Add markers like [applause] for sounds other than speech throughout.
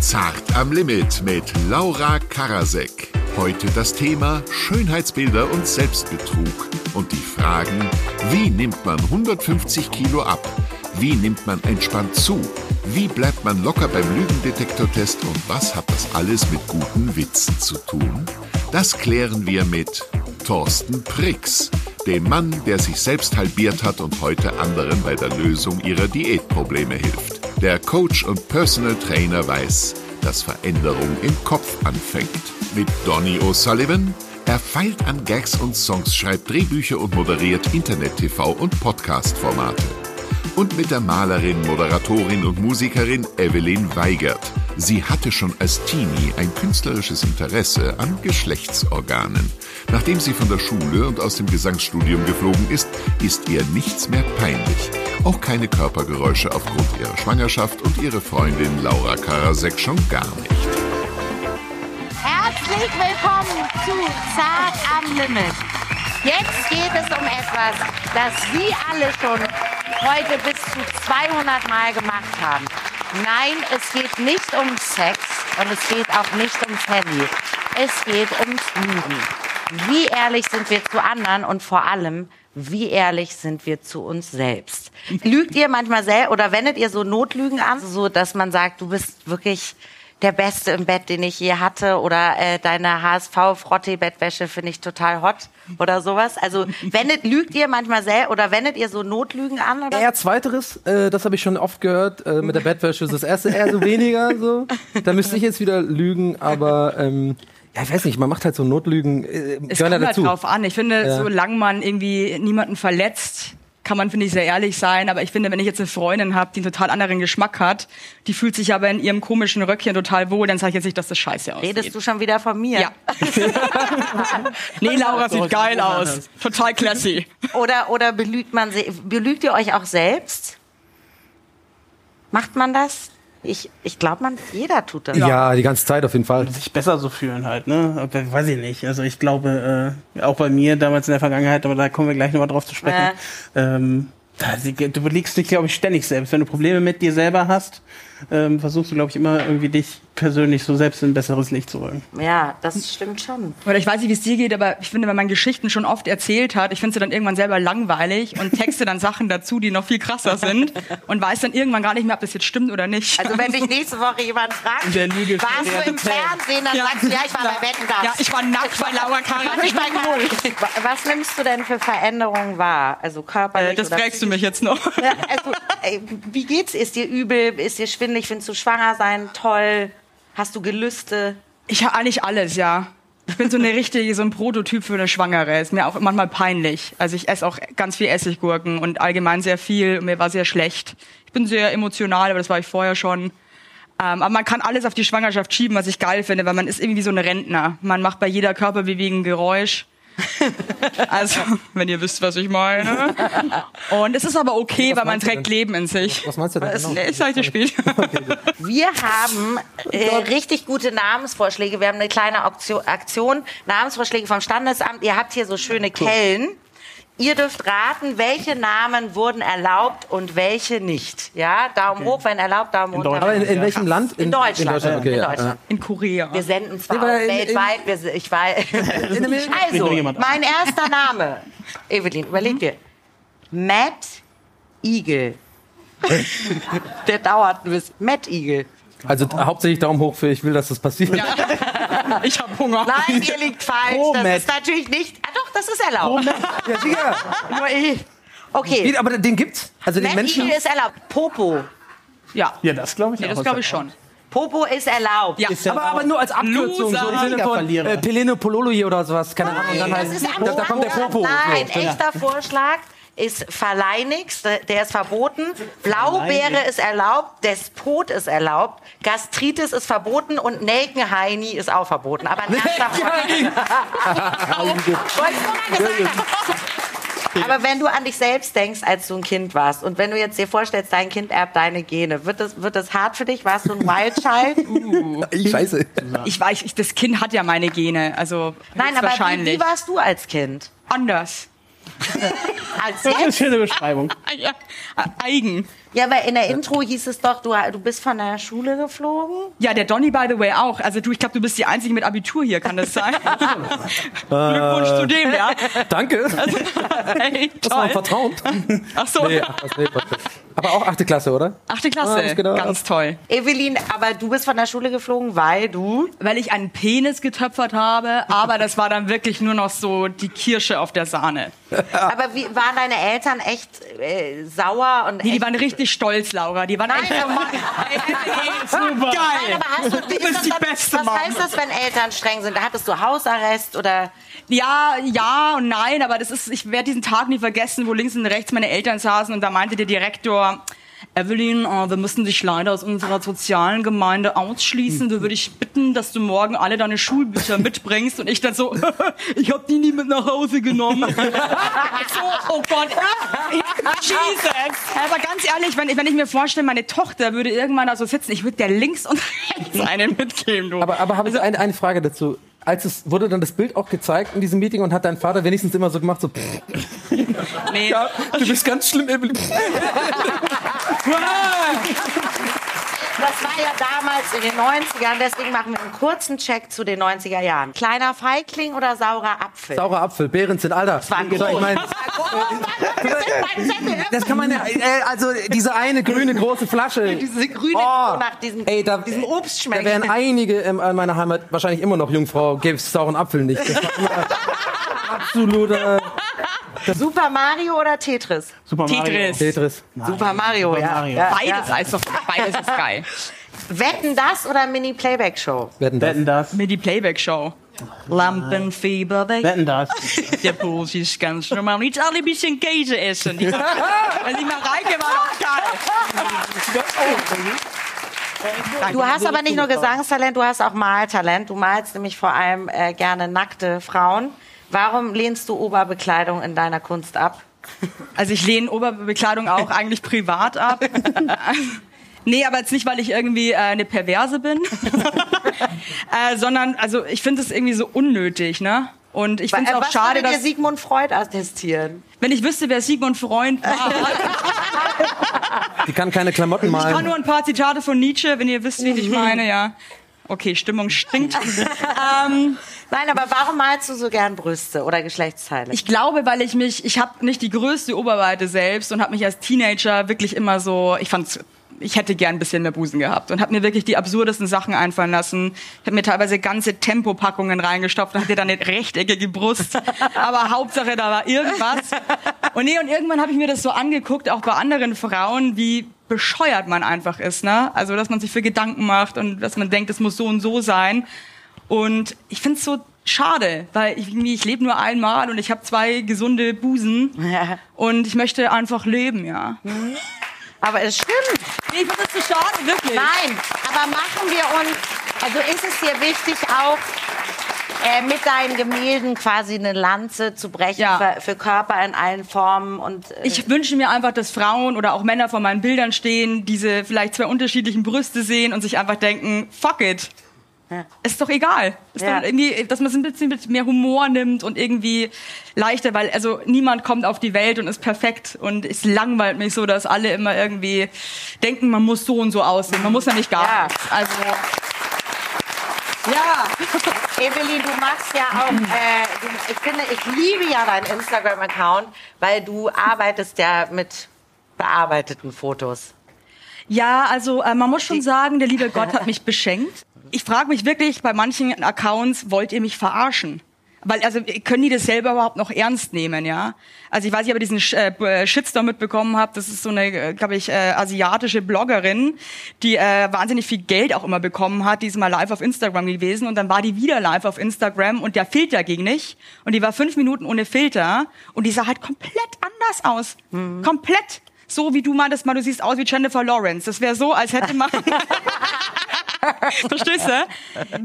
Zart am Limit mit Laura Karasek. Heute das Thema Schönheitsbilder und Selbstbetrug und die Fragen, wie nimmt man 150 Kilo ab? Wie nimmt man entspannt zu? Wie bleibt man locker beim Lügendetektortest und was hat das alles mit guten Witzen zu tun? Das klären wir mit Thorsten Pricks, dem Mann, der sich selbst halbiert hat und heute anderen bei der Lösung ihrer Diätprobleme hilft. Der Coach und Personal Trainer weiß, dass Veränderung im Kopf anfängt. Mit Donny O'Sullivan. Er feilt an Gags und Songs, schreibt Drehbücher und moderiert Internet-TV und Podcast-Formate. Und mit der Malerin, Moderatorin und Musikerin Evelyn Weigert. Sie hatte schon als Teenie ein künstlerisches Interesse an Geschlechtsorganen. Nachdem sie von der Schule und aus dem Gesangsstudium geflogen ist, ist ihr nichts mehr peinlich. Auch keine Körpergeräusche aufgrund ihrer Schwangerschaft und ihre Freundin Laura Karasek schon gar nicht. Herzlich willkommen zu Zart am Limit. Jetzt geht es um etwas, das Sie alle schon heute bis zu 200 Mal gemacht haben. Nein, es geht nicht um Sex und es geht auch nicht ums Handy. Es geht ums Lügen. Wie ehrlich sind wir zu anderen und vor allem, wie ehrlich sind wir zu uns selbst? Lügt ihr manchmal selbst oder wendet ihr so Notlügen an, Also so dass man sagt, du bist wirklich der Beste im Bett, den ich je hatte, oder äh, deine HSV-Frottee-Bettwäsche finde ich total hot oder sowas. [laughs] Also wendet, lügt ihr manchmal sehr oder wendet ihr so Notlügen an? Oder? Eher zweiteres, äh, das habe ich schon oft gehört, äh, mit der Bettwäsche ist das erste eher so weniger so. Da müsste ich jetzt wieder lügen, aber ähm, ja, ich weiß nicht, man macht halt so Notlügen, äh, gehören ja Es kommt halt dazu. drauf an. Ich finde, Ja. solange man irgendwie niemanden verletzt, kann man, finde ich, sehr ehrlich sein. Aber ich finde, wenn ich jetzt eine Freundin habe, die einen total anderen Geschmack hat, die fühlt sich aber in ihrem komischen Röckchen total wohl, dann sage ich jetzt nicht, dass das scheiße aussieht. Redest du schon wieder von mir? Ja. [laughs] nee, Laura sieht geil aus. Total classy. [laughs] Oder, oder belügt man se- belügt ihr euch auch selbst? Macht man das? Ich, ich glaube, man, jeder tut das. Ja, die ganze Zeit auf jeden Fall. sich besser so fühlen halt, ne? Aber Weiß ich nicht. Also ich glaube, äh, auch bei mir damals in der Vergangenheit, aber da kommen wir gleich nochmal drauf zu sprechen. Ähm, da, du liegst dich, glaube ich, ständig selbst. Wenn du Probleme mit dir selber hast, ähm, versuchst du, glaube ich, immer irgendwie dich persönlich so selbst in ein besseres Licht zu rücken. ja, das stimmt schon. Oder ich weiß nicht, wie es dir geht, aber ich finde, wenn man Geschichten schon oft erzählt hat, ich finde sie dann irgendwann selber langweilig und texte dann Sachen dazu, die noch viel krasser sind und weiß dann irgendwann gar nicht mehr, ob das jetzt stimmt oder nicht. Also [laughs] wenn dich nächste Woche jemand fragt, In der Lüge warst du steht im der Hotel. Fernsehen, dann Ja. sagst du, ja, ich war bei Wetten, das. Ja, ich war nackt bei Laura Karasek. Ich war bei [laughs] Wa- Was nimmst du denn für Veränderungen wahr? Also körperlich Äh, Das oder fragst du mich jetzt noch. Ja, also, ey, wie geht's? Ist dir übel? Ist dir schwindelig? Findest du schwanger sein toll? Hast du Gelüste? Ich habe eigentlich alles, ja. Ich bin so eine richtige, so ein Prototyp für eine Schwangere. Ist mir auch manchmal peinlich. Also ich esse auch ganz viel Essiggurken und allgemein sehr viel. Und mir war sehr schlecht. Ich bin sehr emotional, aber das war ich vorher schon. Ähm, aber man kann alles auf die Schwangerschaft schieben, was ich geil finde, weil man ist irgendwie so ein Rentner. Man macht bei jeder Körperbewegung [laughs] Geräusch. Also, wenn ihr wisst, was ich meine. Und es ist aber okay, weil man meinst du trägt denn? Leben in sich. Was meinst du denn genau? Ich sag dir später. Wir haben Oh äh, richtig gute Namensvorschläge. Wir haben eine kleine Auktion- Aktion, Namensvorschläge vom Standesamt. Ihr habt hier so schöne Kellen. Ihr dürft raten, welche Namen wurden erlaubt und welche nicht. Ja, Daumen hoch, wenn erlaubt, Daumen runter. Deutschland. Aber in, wenn in nicht. welchem Land? In Deutschland. äh, In Deutschland, okay. In ja. Deutschland. [laughs] In Korea. Wir senden zwar Nee, weil in- in- weltweit, wir, se- ich weiß. [laughs] [laughs] also, noch jemand an. mein erster Name, Evelyn, Mhm. überleg dir. Matt [laughs] Eagle. Der dauert ein bisschen. Matt Eagle. Ja. Also hauptsächlich Daumen hoch für ich will, dass das passiert. Ich hab Hunger. [laughs] [laughs] Nein, ihr liegt falsch. Oh, das Matt. ist natürlich nicht. Ah, doch, das ist erlaubt. Ja, sicher. Nur ich. Okay. Wie, Aber den gibt's? Also den Matt Menschen. Eagle ist erlaubt. Popo. Ja, Ja, das glaube ich nee, auch. das glaube ich schon. Popo ist erlaubt. Ja. Ist ja Aber, aber nur als Abkürzung, Loser. so im Sinne Mega von Verlierer. äh, Pelene Pololo hier oder sowas. Keine Ahnung. Nein, Dann das halt, ist da, da kommt der Absatz. Popo. Nein, So. echter Vorschlag ist Verleinix, der der ist verboten. Blaubeere Verleinix. ist erlaubt, Despot ist erlaubt, Gastritis ist verboten und Nelkenheini ist auch verboten. [laughs] Aber ein erster Vorschlag. Wolltest du mal gesagt haben. Aber wenn du an dich selbst denkst, als du ein Kind warst, und wenn du jetzt dir vorstellst, dein Kind erbt deine Gene, wird das, wird das hart für dich? Warst du ein Wild [laughs] Child? Ey, Scheiße. Ich weiß, ich, das Kind hat ja meine Gene, also Nein, aber wie, wahrscheinlich wie warst du als Kind? anders. [laughs] Als Das ist eine jetzt? schöne Beschreibung. Ah, ja. Ah, Eigen. Ja, aber in der Intro hieß es doch, du, du bist von der Schule geflogen. Ja, der Donny, by the way, auch. Also du, ich glaube, du bist die Einzige mit Abitur hier, kann das sein? Glückwunsch zu dem, ja. Danke. Hey, Das war ein toll. Vertrauen. Ach so, [laughs] Nee, ach, das- nee, Quatsch. Aber auch achte Klasse, oder? achte Ah, Klasse, hab ich gedacht. ganz toll. Evelyn, aber du bist von der Schule geflogen, weil du. Weil ich einen Penis getöpfert habe, aber das war dann wirklich nur noch so die Kirsche auf der Sahne. Aber wie, waren deine Eltern echt äh, sauer und. Nee, echt, die waren richtig stolz, Laura. Die waren Nein, echt aber- [laughs] super. Nein, geil. aber hast du, du bist die beste Was Mom. heißt das, wenn Eltern streng sind? Hattest du Hausarrest oder. Ja, ja und nein, aber das ist, ich werde diesen Tag nie vergessen, wo links und rechts meine Eltern saßen und da meinte der Direktor, Evelyn, äh, wir müssen dich leider aus unserer sozialen Gemeinde ausschließen. Wir würde ich bitten, dass du morgen alle deine Schulbücher mitbringst. Und ich dann so, [laughs] ich habe die nie mit nach Hause [laughs] genommen. so, oh Gott, [laughs] Jesus. Aber ganz ehrlich, wenn, ich- wenn ich mir vorstelle, meine Tochter würde irgendwann da so sitzen, ich würde der links und rechts einen mitgeben. Du. Aber, aber habe ich eine, eine Frage dazu. Als es wurde dann das Bild auch gezeigt in diesem Meeting und hat dein Vater wenigstens immer so gemacht, so, pff, nee. ja, du bist ganz schlimm, Evelyn. Das war ja damals in den 90ern, deswegen machen wir einen kurzen Check zu den 90er Jahren. Kleiner Feigling oder saurer Apfel? Saurer Apfel, Behrensen, Alter. So, ich mein, das kann man ja, äh, also diese eine grüne große Flasche. [laughs] Diese grüne Oh. nach diesem, Ey, da, diesem Obst da wären einige in meiner Heimat wahrscheinlich immer noch Jungfrau, gäbe es sauren Apfel nicht. Das war immer [laughs] absoluter Super Mario oder Tetris? Super Mario. Tetris. Tetris. Super Mario, ja. Mario. ja, Beides, ja. also, beides ist geil. Wetten das oder Mini-Playback-Show? Werden das. Wetten das. Mir die Playback-Show. Lampenfieber weg. Wetten das. Der Puls ist ganz normal. Jetzt alle ein bisschen Käse essen. [laughs] Die, die Mareike war doch geil. Du hast aber nicht nur Gesangstalent, du hast auch Maltalent. Du malst nämlich vor allem äh, gerne nackte Frauen. Warum lehnst du Oberbekleidung in deiner Kunst ab? Also ich lehne Oberbekleidung auch eigentlich [laughs] privat ab. Nee, aber jetzt nicht, weil ich irgendwie äh, eine [laughs] Perverse bin, äh, sondern also ich finde es irgendwie so unnötig, ne? Und ich finde es Äh, auch Was schade, würde dir dass Sigmund Freud attestieren? wenn ich wüsste, wer Sigmund Freund war, [laughs] Die kann keine Klamotten Ich kann malen. nur ein paar Zitate von Nietzsche, wenn ihr wisst, [laughs] wen ich meine, ja. Okay, Stimmung stinkt. ähm, Nein, aber warum malst du so gern Brüste oder Geschlechtsteile? ich glaube, weil ich mich, ich habe nicht die größte Oberweite selbst und habe mich als Teenager wirklich immer so, ich fand's, ich hätte gern ein bisschen mehr Busen gehabt und habe mir wirklich die absurdesten Sachen einfallen lassen. Ich habe mir teilweise ganze Tempopackungen reingestopft und hatte dann eine rechteckige Brust. Aber Hauptsache, da war irgendwas. Und nee, und irgendwann habe ich mir das so angeguckt, auch bei anderen Frauen, wie bescheuert man einfach ist, ne? Also, dass man sich für Gedanken macht und dass man denkt, es muss so und so sein. Und ich finde es so schade, weil ich, irgendwie, ich lebe nur einmal und ich habe zwei gesunde Busen Ja. und ich möchte einfach leben, ja. Nee, aber es stimmt. ich finde es so schade, wirklich. Nein, aber machen wir uns, also ist es dir wichtig auch, äh, mit deinen Gemälden quasi eine Lanze zu brechen Ja. für, für Körper in allen Formen und äh, Ich wünsche mir einfach, dass Frauen oder auch Männer vor meinen Bildern stehen, diese vielleicht zwei unterschiedlichen Brüste sehen und sich einfach denken, fuck it. Ist doch egal. Ist Ja. doch irgendwie, dass man es ein bisschen mit mehr Humor nimmt und irgendwie leichter, weil also niemand kommt auf die Welt und ist perfekt und es langweilt mich so, dass alle immer irgendwie denken, man muss so und so aussehen. Man muss ja nicht gar Ja. nichts. Also ja, [laughs] Mhm. Evelyn, du machst ja auch, äh, du, ich finde, ich liebe ja deinen Instagram-Account, weil du arbeitest ja mit bearbeiteten Fotos. ja, also äh, man muss schon sagen, der liebe Gott hat mich beschenkt. Ich frage mich wirklich bei manchen Accounts, wollt ihr mich verarschen? Weil also können die das selber überhaupt noch ernst nehmen, ja? Also ich weiß nicht, ob ihr diesen Sch- äh, Shitstorm mitbekommen habt. Das ist so eine, glaube ich, äh, asiatische Bloggerin, die äh, wahnsinnig viel Geld auch immer bekommen hat. Die ist mal live auf Instagram gewesen und dann war die wieder live auf Instagram und der Filter ging nicht und die war fünf Minuten ohne Filter und die sah halt komplett anders aus, komplett. So wie du meintest mal, du siehst aus wie Jennifer Lawrence. Das wäre so, als hätte man Verstehst du?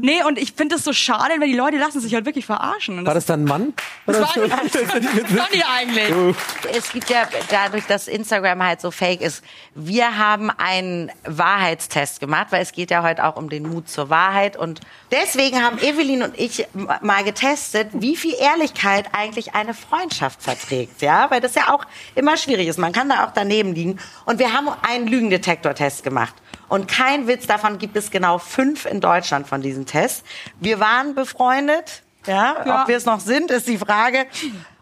Nee, und ich finde das so schade, weil die Leute lassen sich halt wirklich verarschen. Und War das das dann ein Mann? Oder war so? nicht- Donny eigentlich. es gibt ja dadurch, dass Instagram halt so fake ist. Wir haben einen Wahrheitstest gemacht, weil es geht ja heute auch um den Mut zur Wahrheit und deswegen haben Evelyn und ich m- mal getestet, wie viel Ehrlichkeit eigentlich eine Freundschaft verträgt, ja, weil das ja auch immer schwierig ist. Man kann da auch daneben liegen und wir haben einen Lügendetektor-Test gemacht. Und kein Witz, davon gibt es genau fünf in Deutschland von diesen Tests. Wir waren befreundet, ja, Ja. ob wir es noch sind, ist die Frage.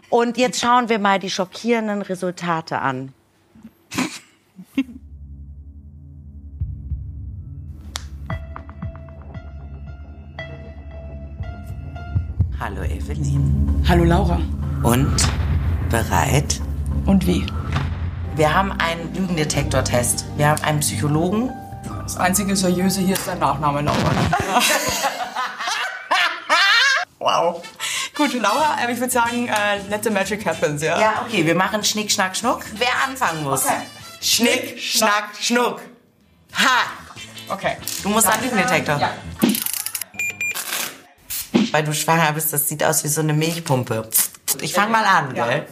Und jetzt schauen wir mal die schockierenden Resultate [laughs] an. Hallo Evelyn. Hallo Laura. Und bereit? Und wie? Wir haben einen Lügendetektor-Test. Wir haben einen Psychologen. Das einzige Seriöse hier ist dein Nachname, [laughs] Laura. wow. Gut, Laura, ähm, ich würde sagen, äh, let the magic happen, Ja, okay, wir machen Schnick, Schnack, Schnuck. Wer anfangen muss? Schnick, Schnack, Schnuck. Ha! Okay. Du musst an Lügendetektor. Weil du schwanger bist, das sieht aus wie so eine Milchpumpe. Ich fang mal an, Ja. gell?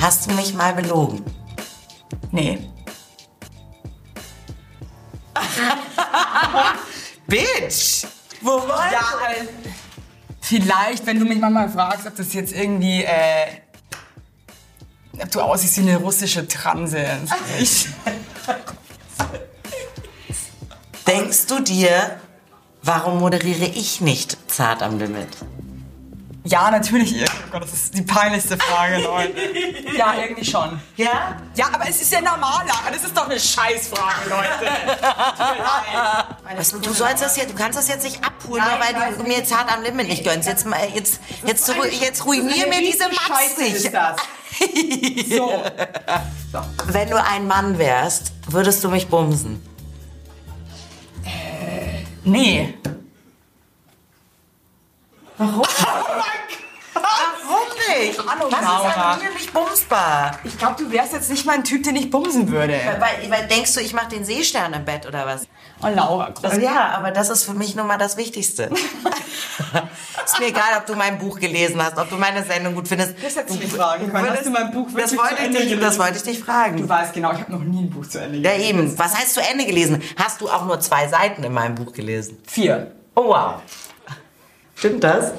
Hast du mich mal belogen? [laughs] Nee. Bitch! Wo wolltest Ja, du? aber vielleicht, wenn du mich manchmal fragst, ob das jetzt irgendwie, äh, ob du aussiehst wie eine russische Transe. Ich, [laughs] Denkst du dir, warum moderiere ich nicht zart am Limit? ja, natürlich. irgendwie. Oh Gott, das ist die peinlichste Frage, [laughs] Leute. Ja, irgendwie schon. Ja? Ja, aber es ist ja normaler. Das ist doch eine Scheißfrage, Leute. Was, du sollst das jetzt, du kannst das jetzt nicht abholen, nur weil du mir jetzt hart am Limit nicht gönnst. Jetzt, mal- jetzt, jetzt, ru- jetzt ruinier [laughs] mir diese Matz nicht. So. Wenn du ein Mann wärst, würdest du mich bumsen. Nee. Ah, Warum nicht? Ahnung, Was ist Laura. an mir nicht bumsbar? Ich glaube, du wärst jetzt nicht mal ein Typ, den ich bumsen würde. Weil, weil denkst du, ich mache den Seestern im Bett oder was? Oh, Laura, Das, ja, aber das ist für mich nun mal das [laughs] Wichtigste. ist mir egal, ob du mein Buch gelesen hast, ob du meine Sendung gut findest. Das hättest du mich fragen können. Hast du mein Buch das wirklich wollte zu ich Ende dich, Das gelesen? wollte ich dich fragen. Du weißt genau, ich habe noch nie ein Buch zu Ende Ja, gelesen. eben. Was heißt zu Ende gelesen? Hast du auch nur zwei Seiten in meinem Buch gelesen? Vier. Oh, wow. Stimmt [laughs] das?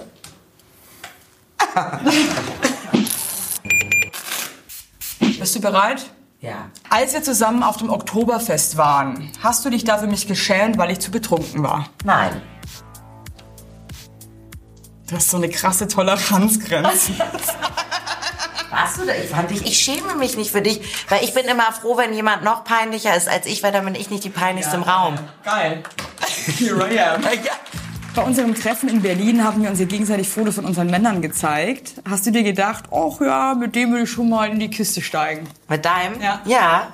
Bist du bereit? Ja. Als wir zusammen auf dem Oktoberfest waren, hast du dich da für mich geschämt, weil ich zu betrunken war. Nein. Du hast so eine krasse Toleranzgrenze. Warst du da? Ich, fand dich, ich schäme mich nicht für dich, weil ich bin immer froh, wenn jemand noch peinlicher ist als ich, weil dann bin ich nicht die peinlichste im Raum. Geil. Here I am. Bei unserem Treffen in Berlin haben wir uns ja gegenseitig Fotos von unseren Männern gezeigt. Hast du dir gedacht, ach ja, mit dem will ich schon mal in die Kiste steigen? Mit deinem? Ja. [laughs] Ja.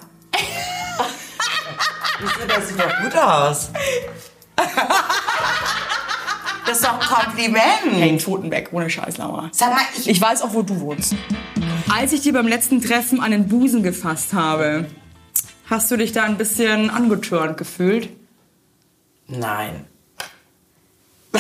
Wieso, der sieht doch gut aus. [laughs] Das ist doch ein Kompliment. Hängen Pfoten weg, ohne Scheiß, Laura. Sag mal, ich, Ich weiß auch, wo du wohnst. Als ich dir beim letzten Treffen an den Busen gefasst habe, hast du dich da ein bisschen angetörnt gefühlt? Nein. [laughs]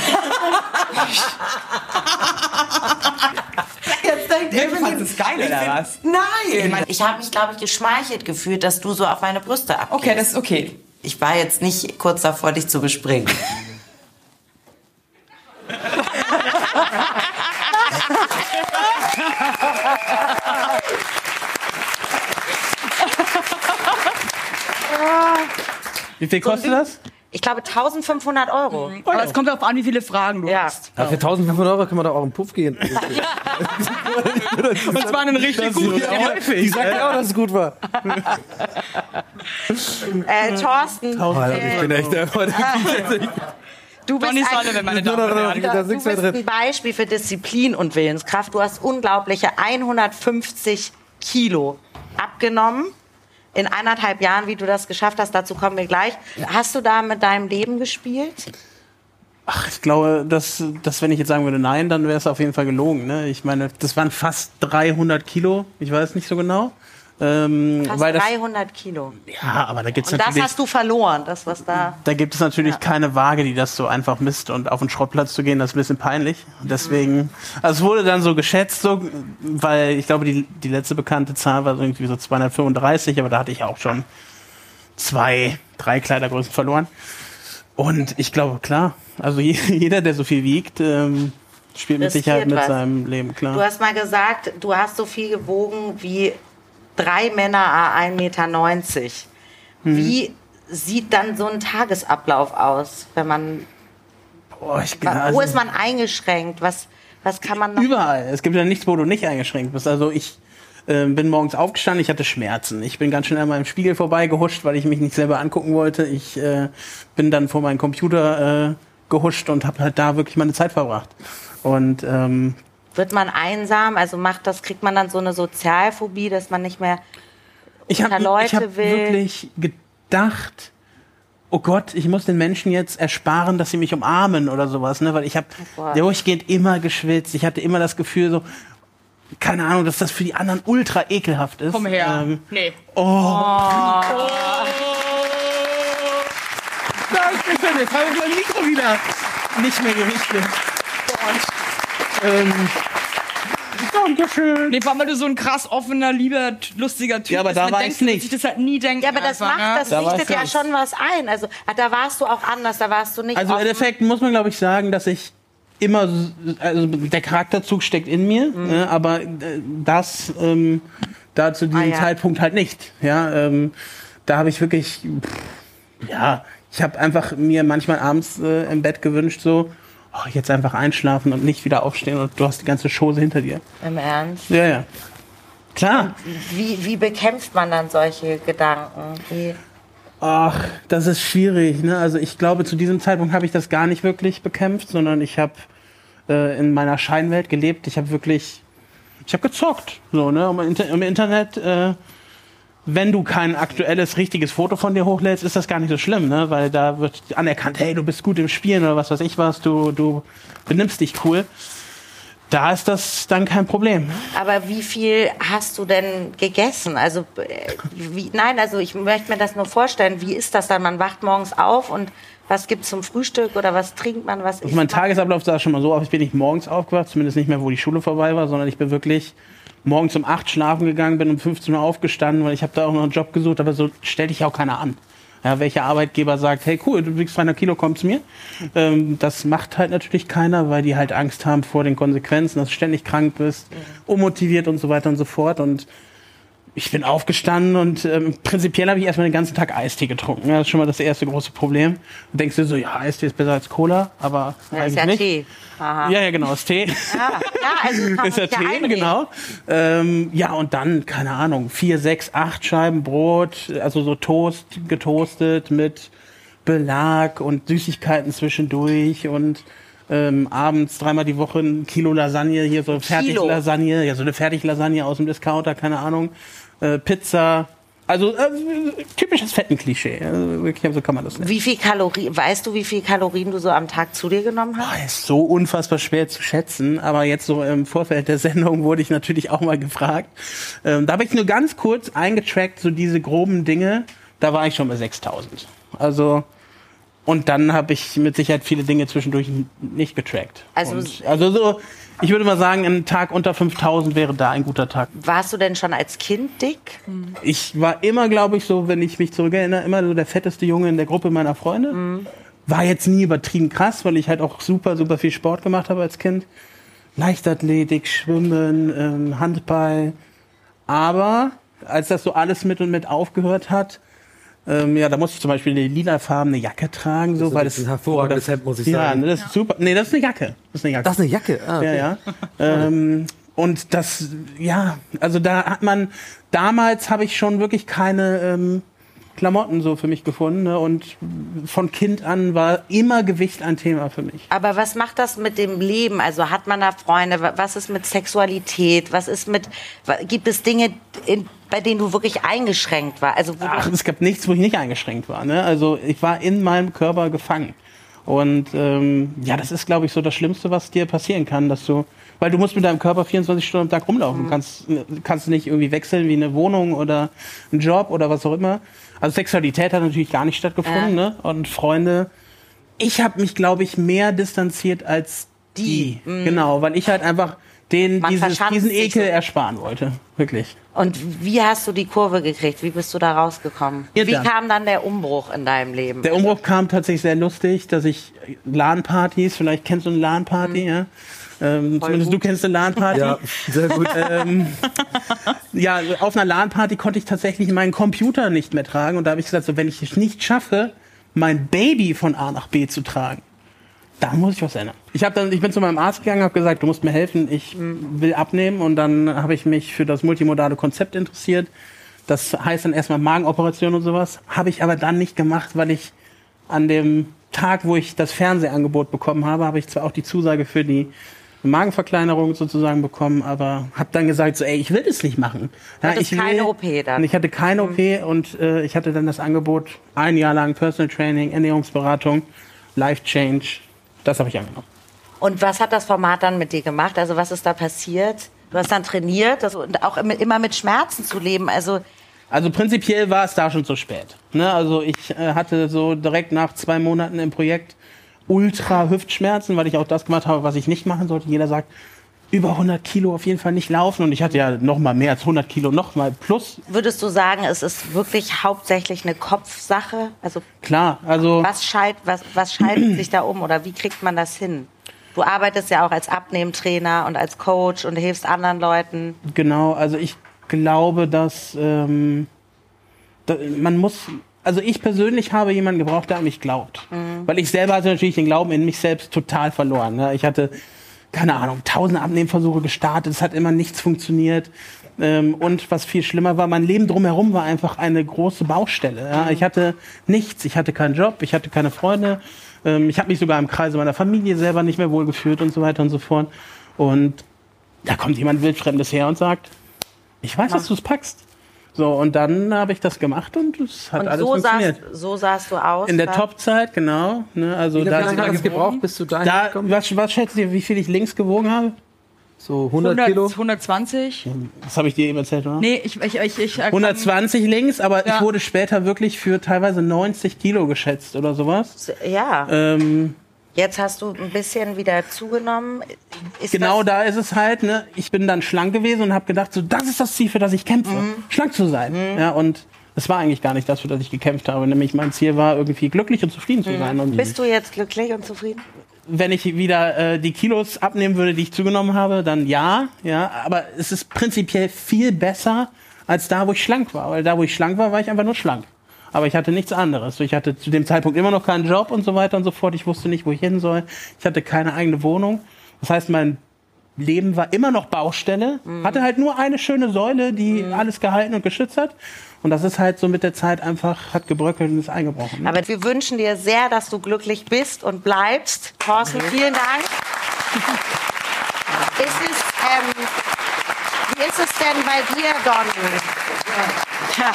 Jetzt denkt Evelyn, das geil, oder was? nein. Ich habe mich, glaube ich, geschmeichelt gefühlt, dass du so auf meine Brüste abgehst. Okay, das ist okay. ich war jetzt nicht kurz davor, dich zu bespringen. Wie viel kostet das? Ich glaube, 1500 Euro. Oh Aber es kommt darauf an, wie viele Fragen du Ja. hast. Ja, für 1500 Euro kann man doch auch einen Puff [laughs] gehen. Und zwar einen richtig guten. Die sagt ja auch, dass es gut war. Äh, Thorsten, Oh, Oh, ich bin echt der du bist Donny ein, Sullivan, meine Nur Damen und noch- Herren. Da du ist nichts bist mehr drin. ein Beispiel für Disziplin und Willenskraft. Du hast unglaubliche 150 Kilo abgenommen. In eineinhalb Jahren, wie du das geschafft hast, dazu kommen wir gleich. Hast du da mit deinem Leben gespielt? Ach, ich glaube, dass, dass wenn ich jetzt sagen würde nein, dann wäre es auf jeden Fall gelogen. Ne? Ich meine, das waren fast 300 Kilo. Ich weiß nicht so genau. Ähm, Fast weil das, 300 Kilo. ja, aber da gibt's Und das natürlich, hast du verloren, das, was da. da gibt es natürlich keine Waage, die das so einfach misst und auf den Schrottplatz zu gehen, das ist ein bisschen peinlich. Und deswegen, also es wurde dann so geschätzt, so, weil ich glaube, die, die letzte bekannte Zahl war so irgendwie so 235, aber da hatte ich ja auch schon zwei, drei Kleidergrößen verloren. Und ich glaube, klar, also je- [laughs] jeder, der so viel wiegt, ähm, spielt mit Das Sicherheit fehlt mit was. seinem Leben, klar. Du hast mal gesagt, du hast so viel gewogen wie drei Männer a 1,90 Meter. Hm. Wie sieht dann so ein Tagesablauf aus, wenn man. Boah, ich, wo also- ist man eingeschränkt? Was, was kann man noch. Überall. Es gibt ja nichts, wo du nicht eingeschränkt bist. Also ich ähm, bin morgens aufgestanden, ich hatte Schmerzen. Ich bin ganz schnell an meinem Spiegel vorbeigehuscht, weil ich mich nicht selber angucken wollte. Ich äh, bin dann vor meinen Computer äh, gehuscht und habe halt da wirklich meine Zeit verbracht. Und ähm, Wird man einsam? Also macht das, kriegt man dann so eine Sozialphobie, dass man nicht mehr. ich habe Unter Leute ich hab will. wirklich gedacht, oh Gott, ich muss den Menschen jetzt ersparen, dass sie mich umarmen oder sowas, ne? Weil ich habe Oh Gott. durchgehend immer geschwitzt. Ich hatte immer das Gefühl, so keine Ahnung, dass das für die anderen ultra ekelhaft ist. Komm her. Ähm, nee. Oh. Danke schön, jetzt habe ich mein Mikro wieder nicht mehr gerichtet. Ähm, Dankeschön. Nee, weil man du so ein krass offener, lieber, t- lustiger Typ Ja, aber bist, da man war denkt, ich's man nicht. sich das halt nie denken. Ja, aber das einfach, macht, das ne? Da war's richtet ja nicht. schon was ein. Also ah, da warst du auch anders, da warst du nicht. Also im offen. Endeffekt muss man, glaube ich, sagen, dass ich immer, s- also der Charakterzug steckt in mir, Mhm. ne, aber äh, das ähm, da zu diesem Ah, ja. Zeitpunkt halt nicht. Ja, ähm, da habe ich wirklich, pff, ja, ich habe einfach mir manchmal abends äh, im Bett gewünscht, so oh, jetzt einfach einschlafen und nicht wieder aufstehen und du hast die ganze Chose hinter dir. Im Ernst. Ja, ja. Klar. Wie, wie bekämpft man dann solche Gedanken? Wie, Ach, das ist schwierig. Ne? Also ich glaube, zu diesem Zeitpunkt habe ich das gar nicht wirklich bekämpft, sondern ich habe äh, in meiner Scheinwelt gelebt. Ich habe wirklich, ich habe gezockt. So, ne? Im, Inter im Internet, äh, wenn du kein aktuelles, richtiges Foto von dir hochlädst, ist das gar nicht so schlimm, ne? weil da wird anerkannt, hey, du bist gut im Spielen oder was weiß ich was, du, du benimmst dich cool. Da ist das dann kein Problem. aber wie viel hast du denn gegessen? Also äh, wie, nein, also ich möchte mir das nur vorstellen. Wie ist das dann? Man wacht morgens auf und was gibt's zum Frühstück oder was trinkt man? Was isst Also mein man? Tagesablauf sah schon mal so aus. Ich bin nicht morgens aufgewacht, zumindest nicht mehr, wo die Schule vorbei war, sondern ich bin wirklich morgens um 8 schlafen gegangen, bin um 15 Uhr aufgestanden, weil ich habe da auch noch einen Job gesucht, aber so stellt dich auch keiner an. Ja, welcher Arbeitgeber sagt, hey cool, du wiegst 300 Kilo, komm zu mir. Ähm, das macht halt natürlich keiner, weil die halt Angst haben vor den Konsequenzen, dass du ständig krank bist, Mhm. unmotiviert und so weiter und so fort. Und ich bin aufgestanden und ähm, prinzipiell habe ich erstmal den ganzen Tag Eistee getrunken. Ja, das ist schon mal das erste große Problem. Du denkst dir so, ja, Eistee ist besser als Cola, aber Ja, ist eigentlich ja nicht. Tee. Aha. Ja, ja, genau, ist Tee. [laughs] Ja, ja, also kann man ist ja sich ja Tee, einreden. genau. Ähm, ja, und dann, keine Ahnung, vier, sechs, acht Scheiben Brot, also so Toast, getoastet mit Belag und Süßigkeiten zwischendurch und ähm, abends dreimal die Woche ein Kilo Lasagne, hier so Fertiglasagne, ja, so eine Fertiglasagne aus dem Discounter, keine Ahnung, äh, Pizza. Also äh, typisches Fettenklischee. Also, wirklich, so kann man das nennen. Wie viel Kalorien, weißt du, wie viel Kalorien du so am Tag zu dir genommen hast? Boah, ist so unfassbar schwer zu schätzen, aber jetzt so im Vorfeld der Sendung wurde ich natürlich auch mal gefragt. Ähm, da habe ich nur ganz kurz eingetrackt, so diese groben Dinge, da war ich schon bei 6000. Also, und dann habe ich mit Sicherheit viele Dinge zwischendurch n- nicht getrackt. Also- und, also so, ich würde mal sagen, ein Tag unter 5000 wäre da ein guter Tag. Warst du denn schon als Kind dick? Ich war immer, glaube ich, so, wenn ich mich zurückerinnere, immer so der fetteste Junge in der Gruppe meiner Freunde. Mhm. War jetzt nie übertrieben krass, weil ich halt auch super, super viel Sport gemacht habe als Kind. Leichtathletik, Schwimmen, ähm, Handball. Aber als das so alles mit und mit aufgehört hat, ähm, ja, da musste ich zum Beispiel eine lilafarbene Jacke tragen, so, ist weil ein das hervorragendes Hemd, muss ich ja, sagen. ne, das ist super. Nee, das ist eine Jacke. Das ist eine Jacke Das ist eine Jacke. Ah, okay. ja, ja. ähm, und das, ja, also da hat man, damals habe ich schon wirklich keine ähm, Klamotten so für mich gefunden. Ne? Und von Kind an war immer Gewicht ein Thema für mich. Aber was macht das mit dem Leben? Also hat man da Freunde? Wa- Was ist mit Sexualität? Was ist mit, wa- gibt es Dinge, in, bei denen du wirklich eingeschränkt war? Also wo Ach, du, es gab nichts, wo ich nicht eingeschränkt war. Ne? Also ich war in meinem Körper gefangen. Und ähm, ja, das ist, glaube ich, so das Schlimmste, was dir passieren kann, dass du, weil du musst mit deinem Körper 24 Stunden am Tag rumlaufen, Mhm. kannst, äh, kannst nicht irgendwie wechseln wie eine Wohnung oder einen Job oder was auch immer. Also Sexualität hat natürlich gar nicht stattgefunden, ne? Und Freunde, ich habe mich, glaube ich, mehr distanziert als die, genau, weil ich halt einfach den Mhm. Man dieses, verschanzt diesen sich Ekel so. ersparen wollte, wirklich. Und wie hast du die Kurve gekriegt? Wie bist du da rausgekommen? Ja, wie dann. kam dann der Umbruch in deinem Leben? Der Umbruch kam tatsächlich sehr lustig, dass ich LAN-Partys, vielleicht kennst du eine LAN-Party, ja? Ähm, zumindest du kennst eine LAN-Party. Ja, sehr gut. Äh, ja, auf einer LAN-Party konnte ich tatsächlich meinen Computer nicht mehr tragen. Und da habe ich gesagt, so, wenn ich es nicht schaffe, mein Baby von A nach B zu tragen, da muss ich was ändern. Ich, hab dann, ich bin zu meinem Arzt gegangen, habe gesagt, du musst mir helfen, ich will abnehmen. Und dann habe ich mich für das multimodale Konzept interessiert. Das heißt dann erstmal Magenoperation und sowas. Habe ich aber dann nicht gemacht, weil ich an dem Tag, wo ich das Fernsehangebot bekommen habe, habe ich zwar auch die Zusage für die Magenverkleinerung sozusagen bekommen, aber habe dann gesagt, so, ey, ich will das nicht machen. Ja, hattest ich keine OP dann. Mhm. Und Ich hatte keine OP und äh, ich hatte dann das Angebot, ein Jahr lang Personal Training, Ernährungsberatung, Life Change. Das habe ich angenommen. Und was hat das Format dann mit dir gemacht? Also was ist da passiert? Du hast dann trainiert das, und auch im- immer mit Schmerzen zu leben. Also Also prinzipiell war es da schon zu spät. Ne? Also ich äh, hatte so direkt nach zwei Monaten im Projekt ultra Hüftschmerzen, weil ich auch das gemacht habe, was ich nicht machen sollte. Jeder sagt, über 100 Kilo auf jeden Fall nicht laufen. Und ich hatte ja noch mal mehr als 100 Kilo, noch mal plus. würdest du sagen, es ist wirklich hauptsächlich eine Kopfsache? Also Klar, also was scheit, was, was schaltet sich da um oder wie kriegt man das hin? Du arbeitest ja auch als Abnehmtrainer und als Coach und hilfst anderen Leuten. genau, also ich glaube, dass ähm, da, man muss... Also ich persönlich habe jemanden gebraucht, der an mich glaubt. Weil ich selber hatte natürlich den Glauben in mich selbst total verloren. Ne? Ich hatte keine Ahnung, tausend Abnehmversuche gestartet, es hat immer nichts funktioniert. Ähm, und was viel schlimmer war, mein Leben drumherum war einfach eine große Baustelle. Ja? Ich hatte nichts, ich hatte keinen Job, ich hatte keine Freunde, ähm, ich habe mich sogar im Kreise meiner Familie selber nicht mehr wohlgefühlt und so weiter und so fort. Und da kommt jemand wildfremdes her und sagt, ich weiß, dass du es packst. So, und dann habe ich das gemacht und es hat Und alles so funktioniert. sahst, so sahst du aus. In der da- Topzeit, genau. Ne? Also Wie da, lange hat es gebraucht, bis du dahin da gekommen was, was schätzt ihr, wie viel ich links gewogen habe? So 100, 100, Kilo. 120? Das habe ich dir eben erzählt, oder? Ah, Nee, ich, ich, ich, äh, ich 120 links, aber Ja. ich wurde später wirklich für teilweise 90 Kilo geschätzt oder sowas. Ja, Ähm, jetzt hast du ein bisschen wieder zugenommen. Ist genau das, da ist es halt, ne? ich bin dann schlank gewesen und habe gedacht, so das ist das Ziel, für das ich kämpfe, schlank zu sein. Ja, und es war eigentlich gar nicht das, für das ich gekämpft habe. Nämlich mein Ziel war, irgendwie glücklich und zufrieden zu sein. Und Bist du jetzt glücklich und zufrieden? wenn ich wieder äh, die Kilos abnehmen würde, die ich zugenommen habe, dann ja, ja. Aber es ist prinzipiell viel besser als da, wo ich schlank war. Weil da, wo ich schlank war, war ich einfach nur schlank. Aber ich hatte nichts anderes. Ich hatte zu dem Zeitpunkt immer noch keinen Job und so weiter und so fort. Ich wusste nicht, wo ich hin soll. Ich hatte keine eigene Wohnung. Das heißt, mein Leben war immer noch Baustelle. Hatte halt nur eine schöne Säule, die alles gehalten und geschützt hat. Und das ist halt so mit der Zeit einfach, hat gebröckelt und ist eingebrochen. Aber wir wünschen dir sehr, dass du glücklich bist und bleibst. Thorsten, vielen Dank. Ist es, ähm, wie ist es denn bei dir, Don? Ja.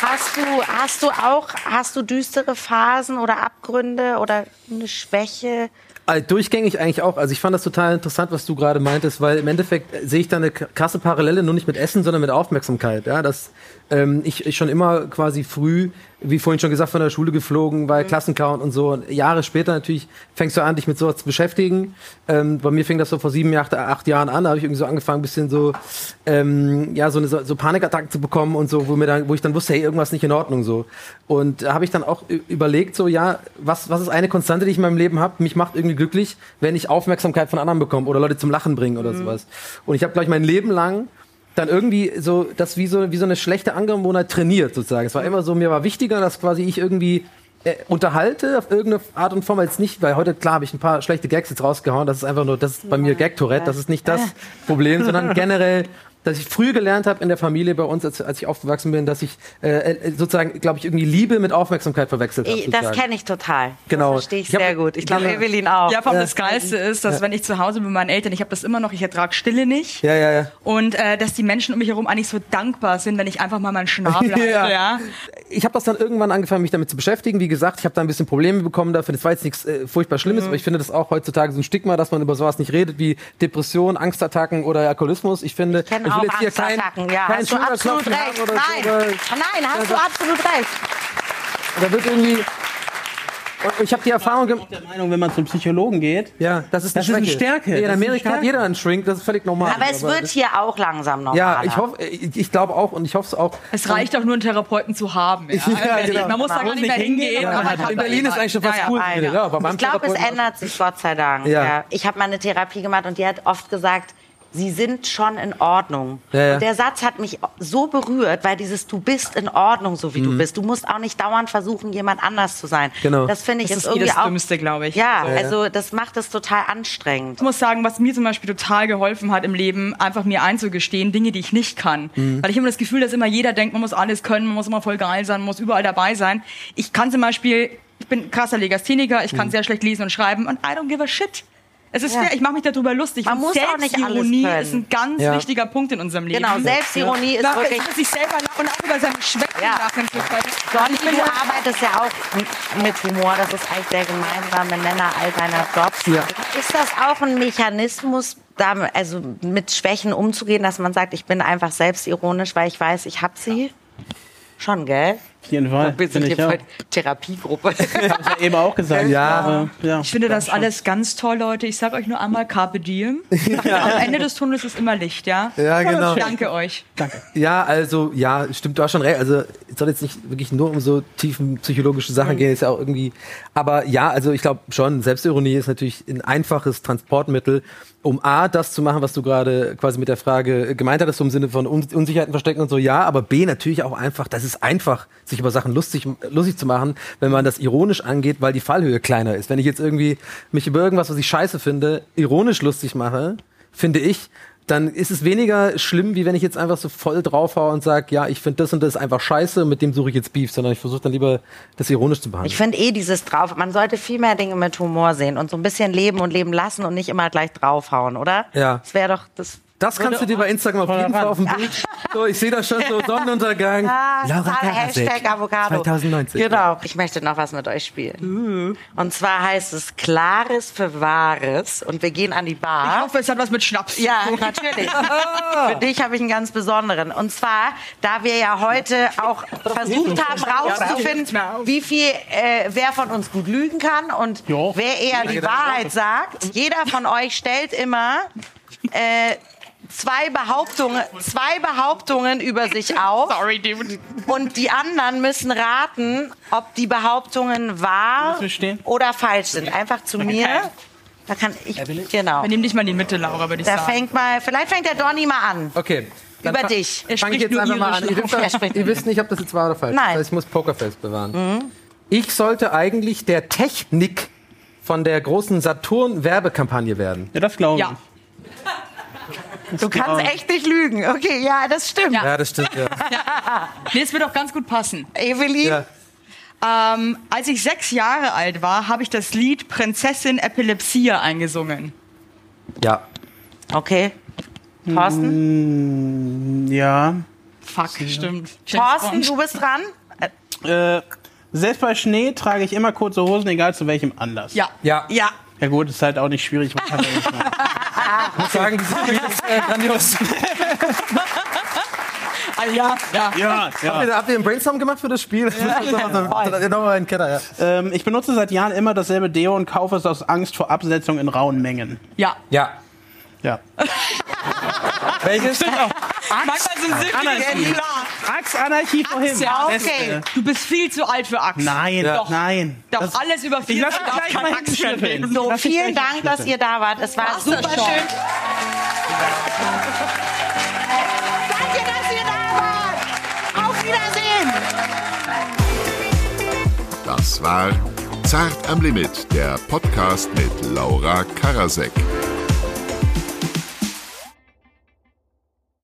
Hast du, hast du auch, hast du düstere Phasen oder Abgründe oder eine Schwäche? Also durchgängig eigentlich auch. Also ich fand das total interessant, was du gerade meintest, weil im Endeffekt äh, sehe ich da eine k- krasse Parallele, nur nicht mit Essen, sondern mit Aufmerksamkeit. Ja, dass ähm, ich, ich schon immer quasi früh, wie vorhin schon gesagt, von der Schule geflogen, weil Klassenclown und so. Und Jahre später natürlich fängst du an, dich mit sowas zu beschäftigen. Ähm, bei mir fing das so vor sieben, acht, acht Jahren an. Da habe ich irgendwie so angefangen, ein bisschen so ähm, ja so eine so so Panikattacken zu bekommen und so, wo mir dann, wo ich dann wusste, hey, irgendwas nicht in Ordnung so. Und da habe ich dann auch ü- überlegt, so ja, was was ist eine Konstante, die ich in meinem Leben habe? Mich macht irgendwie glücklich, wenn ich Aufmerksamkeit von anderen bekomme oder Leute zum Lachen bringen oder sowas. Und ich habe gleich mein Leben lang dann irgendwie so das wie so wie so eine schlechte Angewohnheit trainiert sozusagen. Es war immer so, mir war wichtiger, dass quasi ich irgendwie äh, unterhalte auf irgendeine Art und Form als nicht, weil heute klar habe ich ein [laughs] paar schlechte Gags jetzt rausgehauen, das ist einfach nur, das ist bei mir Gag Tourette, das ist nicht das Problem, sondern generell dass ich früh gelernt habe in der Familie bei uns, als, als ich aufgewachsen bin, dass ich äh, äh, sozusagen, glaube ich, irgendwie Liebe mit Aufmerksamkeit verwechselt habe. Ich, das kenne ich total. Genau. Das verstehe ich Ich hab- sehr gut. Ich glaube, Ja. Evelyn auch. Ja, vor allem das Geilste ist, dass wenn ich zu Hause bin mit meinen Eltern, ich habe das immer noch, ich ertrage Stille nicht. Ja, ja, ja. Und äh, dass die Menschen um mich herum eigentlich so dankbar sind, wenn ich einfach mal meinen Schnabel [laughs] Ja. ja. ja. ich habe das dann irgendwann angefangen, mich damit zu beschäftigen. Wie gesagt, ich habe da ein bisschen Probleme bekommen dafür. Das war jetzt nichts äh, furchtbar Schlimmes, Mhm. aber ich finde das auch heutzutage so ein Stigma, dass man über sowas nicht redet, wie Depression, Angstattacken oder Alkoholismus. Ich finde, ich, kennen will auch jetzt hier kein, Angstattacken. Ja, kein hast du absolut Schulterklopfen recht. haben oder Nein, so. weil- nein, hast du absolut recht. Da wird irgendwie... Und ich habe die Erfahrung gemacht, der Meinung, wenn man zum Psychologen geht. ja, das ist eine Das ist eine Schwäche. Stärke. Nee, Das In ist eine Amerika hat Stärke. jeder einen Shrink, das ist völlig normal. Aber es wird hier auch langsam noch. ja, ich hoffe, ich, ich glaube auch und ich hoffe es auch. Es reicht auch nur einen Therapeuten zu haben. Ja. [laughs] Ja, Also, genau. Man muss da gar nicht mehr hingehen. aber aber hat- hat In man Berlin ist jemanden. eigentlich schon fast Ja, ja. cool. Ah, Ja, bei ja. meinem Ich glaube, es Therapeuten- ändert sich, Gott sei Dank. Ja. Ja. Ich habe mal eine Therapie gemacht und die hat oft gesagt, Sie sind schon in Ordnung. Ja, ja. Und der Satz hat mich so berührt, weil dieses Du bist in Ordnung, so wie du bist. Du musst auch nicht dauernd versuchen, jemand anders zu sein. Mhm. Genau. Das finde ich Das ist ist eh irgendwie das auch. Dümmste, glaube ich. Ja, Ja, also das macht es total anstrengend. Ich muss sagen, was mir zum Beispiel total geholfen hat im Leben, einfach mir einzugestehen, Dinge, die ich nicht kann. Weil ich immer das Gefühl, dass immer jeder denkt, man muss alles können, man muss immer voll geil sein, man muss überall dabei sein. Ich kann zum Beispiel, ich bin ein krasser Legastheniker, ich kann sehr schlecht lesen und schreiben und I don't give a shit. Es ist Ja. fair, ich mache mich darüber lustig. Man Und muss auch nicht alles Selbstironie können. ist ein ganz Ja. wichtiger Punkt in unserem Leben. Genau, Selbstironie ist Nach- wirklich. über sich selber nach- und auch über seine Schwächen Ja. lachen zu können. Donny, Ich bin du ja- arbeitest ja auch mit- mit Humor. Das ist eigentlich der gemeinsame Nenner all deiner Jobs. Ja. Ist das auch ein Mechanismus, damit, also mit Schwächen umzugehen, dass man sagt, ich bin einfach selbstironisch, weil ich weiß, ich hab sie? Schon, gell? Auf jeden Fall. Finde ich auch. Therapiegruppe. [laughs] Hab ich ja eben auch gesagt. Ja. Aber, ja. Ich finde das alles ganz toll, Leute. Ich sag euch nur einmal Carpe Diem. Am Ende des Tunnels ist immer Licht, ja? Ja, genau. Danke euch. Danke. Ja, also, ja, stimmt, du hast schon recht. Also, es soll jetzt nicht wirklich nur um so tiefen psychologische Sachen gehen, ist ja auch irgendwie. Aber ja, also ich glaube schon, Selbstironie ist natürlich ein einfaches Transportmittel, um A, das zu machen, was du gerade quasi mit der Frage äh, gemeint hattest, so im Sinne von Un Unsicherheiten verstecken und so, ja, aber B, natürlich auch einfach, das ist einfach, sich über Sachen lustig, lustig zu machen, wenn man das ironisch angeht, weil die Fallhöhe kleiner ist. Wenn ich jetzt irgendwie mich über irgendwas, was ich scheiße finde, ironisch lustig mache, finde ich, dann ist es weniger schlimm, wie wenn ich jetzt einfach so voll draufhaue und sage, ja, ich finde das und das einfach scheiße, mit dem suche ich jetzt Beef, sondern ich versuche dann lieber, das ironisch zu Ich behandeln. finde eh dieses drauf. Man sollte viel mehr Dinge mit Humor sehen und so ein bisschen leben und leben lassen und nicht immer gleich draufhauen, oder? Ja. Das wäre doch das. Das kannst du dir bei Instagram auf jeden Fall auf dem Bild. So, ich sehe das schon [laughs] so, Sonnenuntergang. Laura Karasek, Ah, Hashtag Avocado. 2019. Genau. Ich möchte noch was mit euch spielen. Mhm. Und zwar heißt es Klares für Wahres und wir gehen an die Bar. Ich hoffe, es hat was mit Schnaps. zu Ja, [laughs] tun. [laughs] natürlich. Für dich habe ich einen ganz besonderen. Und zwar, da wir ja heute [laughs] auch versucht haben, rauszufinden, wie viel, äh, wer von uns gut lügen kann und Ja. wer eher die Wahrheit sagt. Jeder von euch stellt immer äh, zwei Behauptungen, zwei Behauptungen über sich auf. Sorry, dude. Und die anderen müssen raten, ob die Behauptungen wahr Müssen wir stehen? oder falsch sind. Einfach zu mir. Da kann ich, genau. Wir nehmen dich mal in die Mitte, Laura, würde ich Da sagen. fängt mal, vielleicht fängt der Donny mal an. Okay. Über fa- dich. Er Fang ich spricht jetzt nur einfach mal an. irisch. Ihr wisst, Er doch- spricht ihr wisst nicht, ob das jetzt wahr oder falsch ist. Nein. Mhm. Das heißt, ich muss Pokerface bewahren. Ich sollte eigentlich der Technik von der großen Saturn-Werbekampagne werden. Ja, das glaube ich. Ja. Du kannst echt nicht lügen. Okay, ja, das stimmt. Ja. das stimmt, ja. Nee, es wird auch ganz gut passen. Evelyn, ja. Ähm, als ich sechs Jahre alt war, habe ich das Lied Prinzessin Epilepsia eingesungen. ja. okay. Thorsten, Ja. Fuck, stimmt. Thorsten, du bist dran. Äh, Äh, selbst bei Schnee trage ich immer kurze Hosen, egal zu welchem Anlass. Ja. Ja. Ja, Ja gut, ist halt auch nicht schwierig. Man kann ja nicht [laughs] machen. Ich muss sagen, dieses Spiel ist äh, grandios. Ah, ja, ja. ja, Habt ihr, habt ihr einen Brainstorm gemacht für das Spiel? Ja, ja. Nochmal einen Keller, ja. Ähm, ich benutze seit Jahren immer dasselbe Deo und kaufe es aus Angst vor Absetzung in rauen Mengen. ja. Ja. Ja. Welches? Manchmal sind Süchtige Anarchie. klar. Axe Anarchie vorhin. Ja, Das, okay. äh, Du bist viel zu alt für Axt. Nein, Ja. doch. nein. Doch Das- alles über viel Ich lasse gleich mal hinschütteln. So, Lass mich vielen Dank, gleich dass ihr da wart. Es war War's das super schön. schon? Danke, dass ihr da wart. Auf Wiedersehen. Das war Zart am Limit, der Podcast mit Laura Karasek.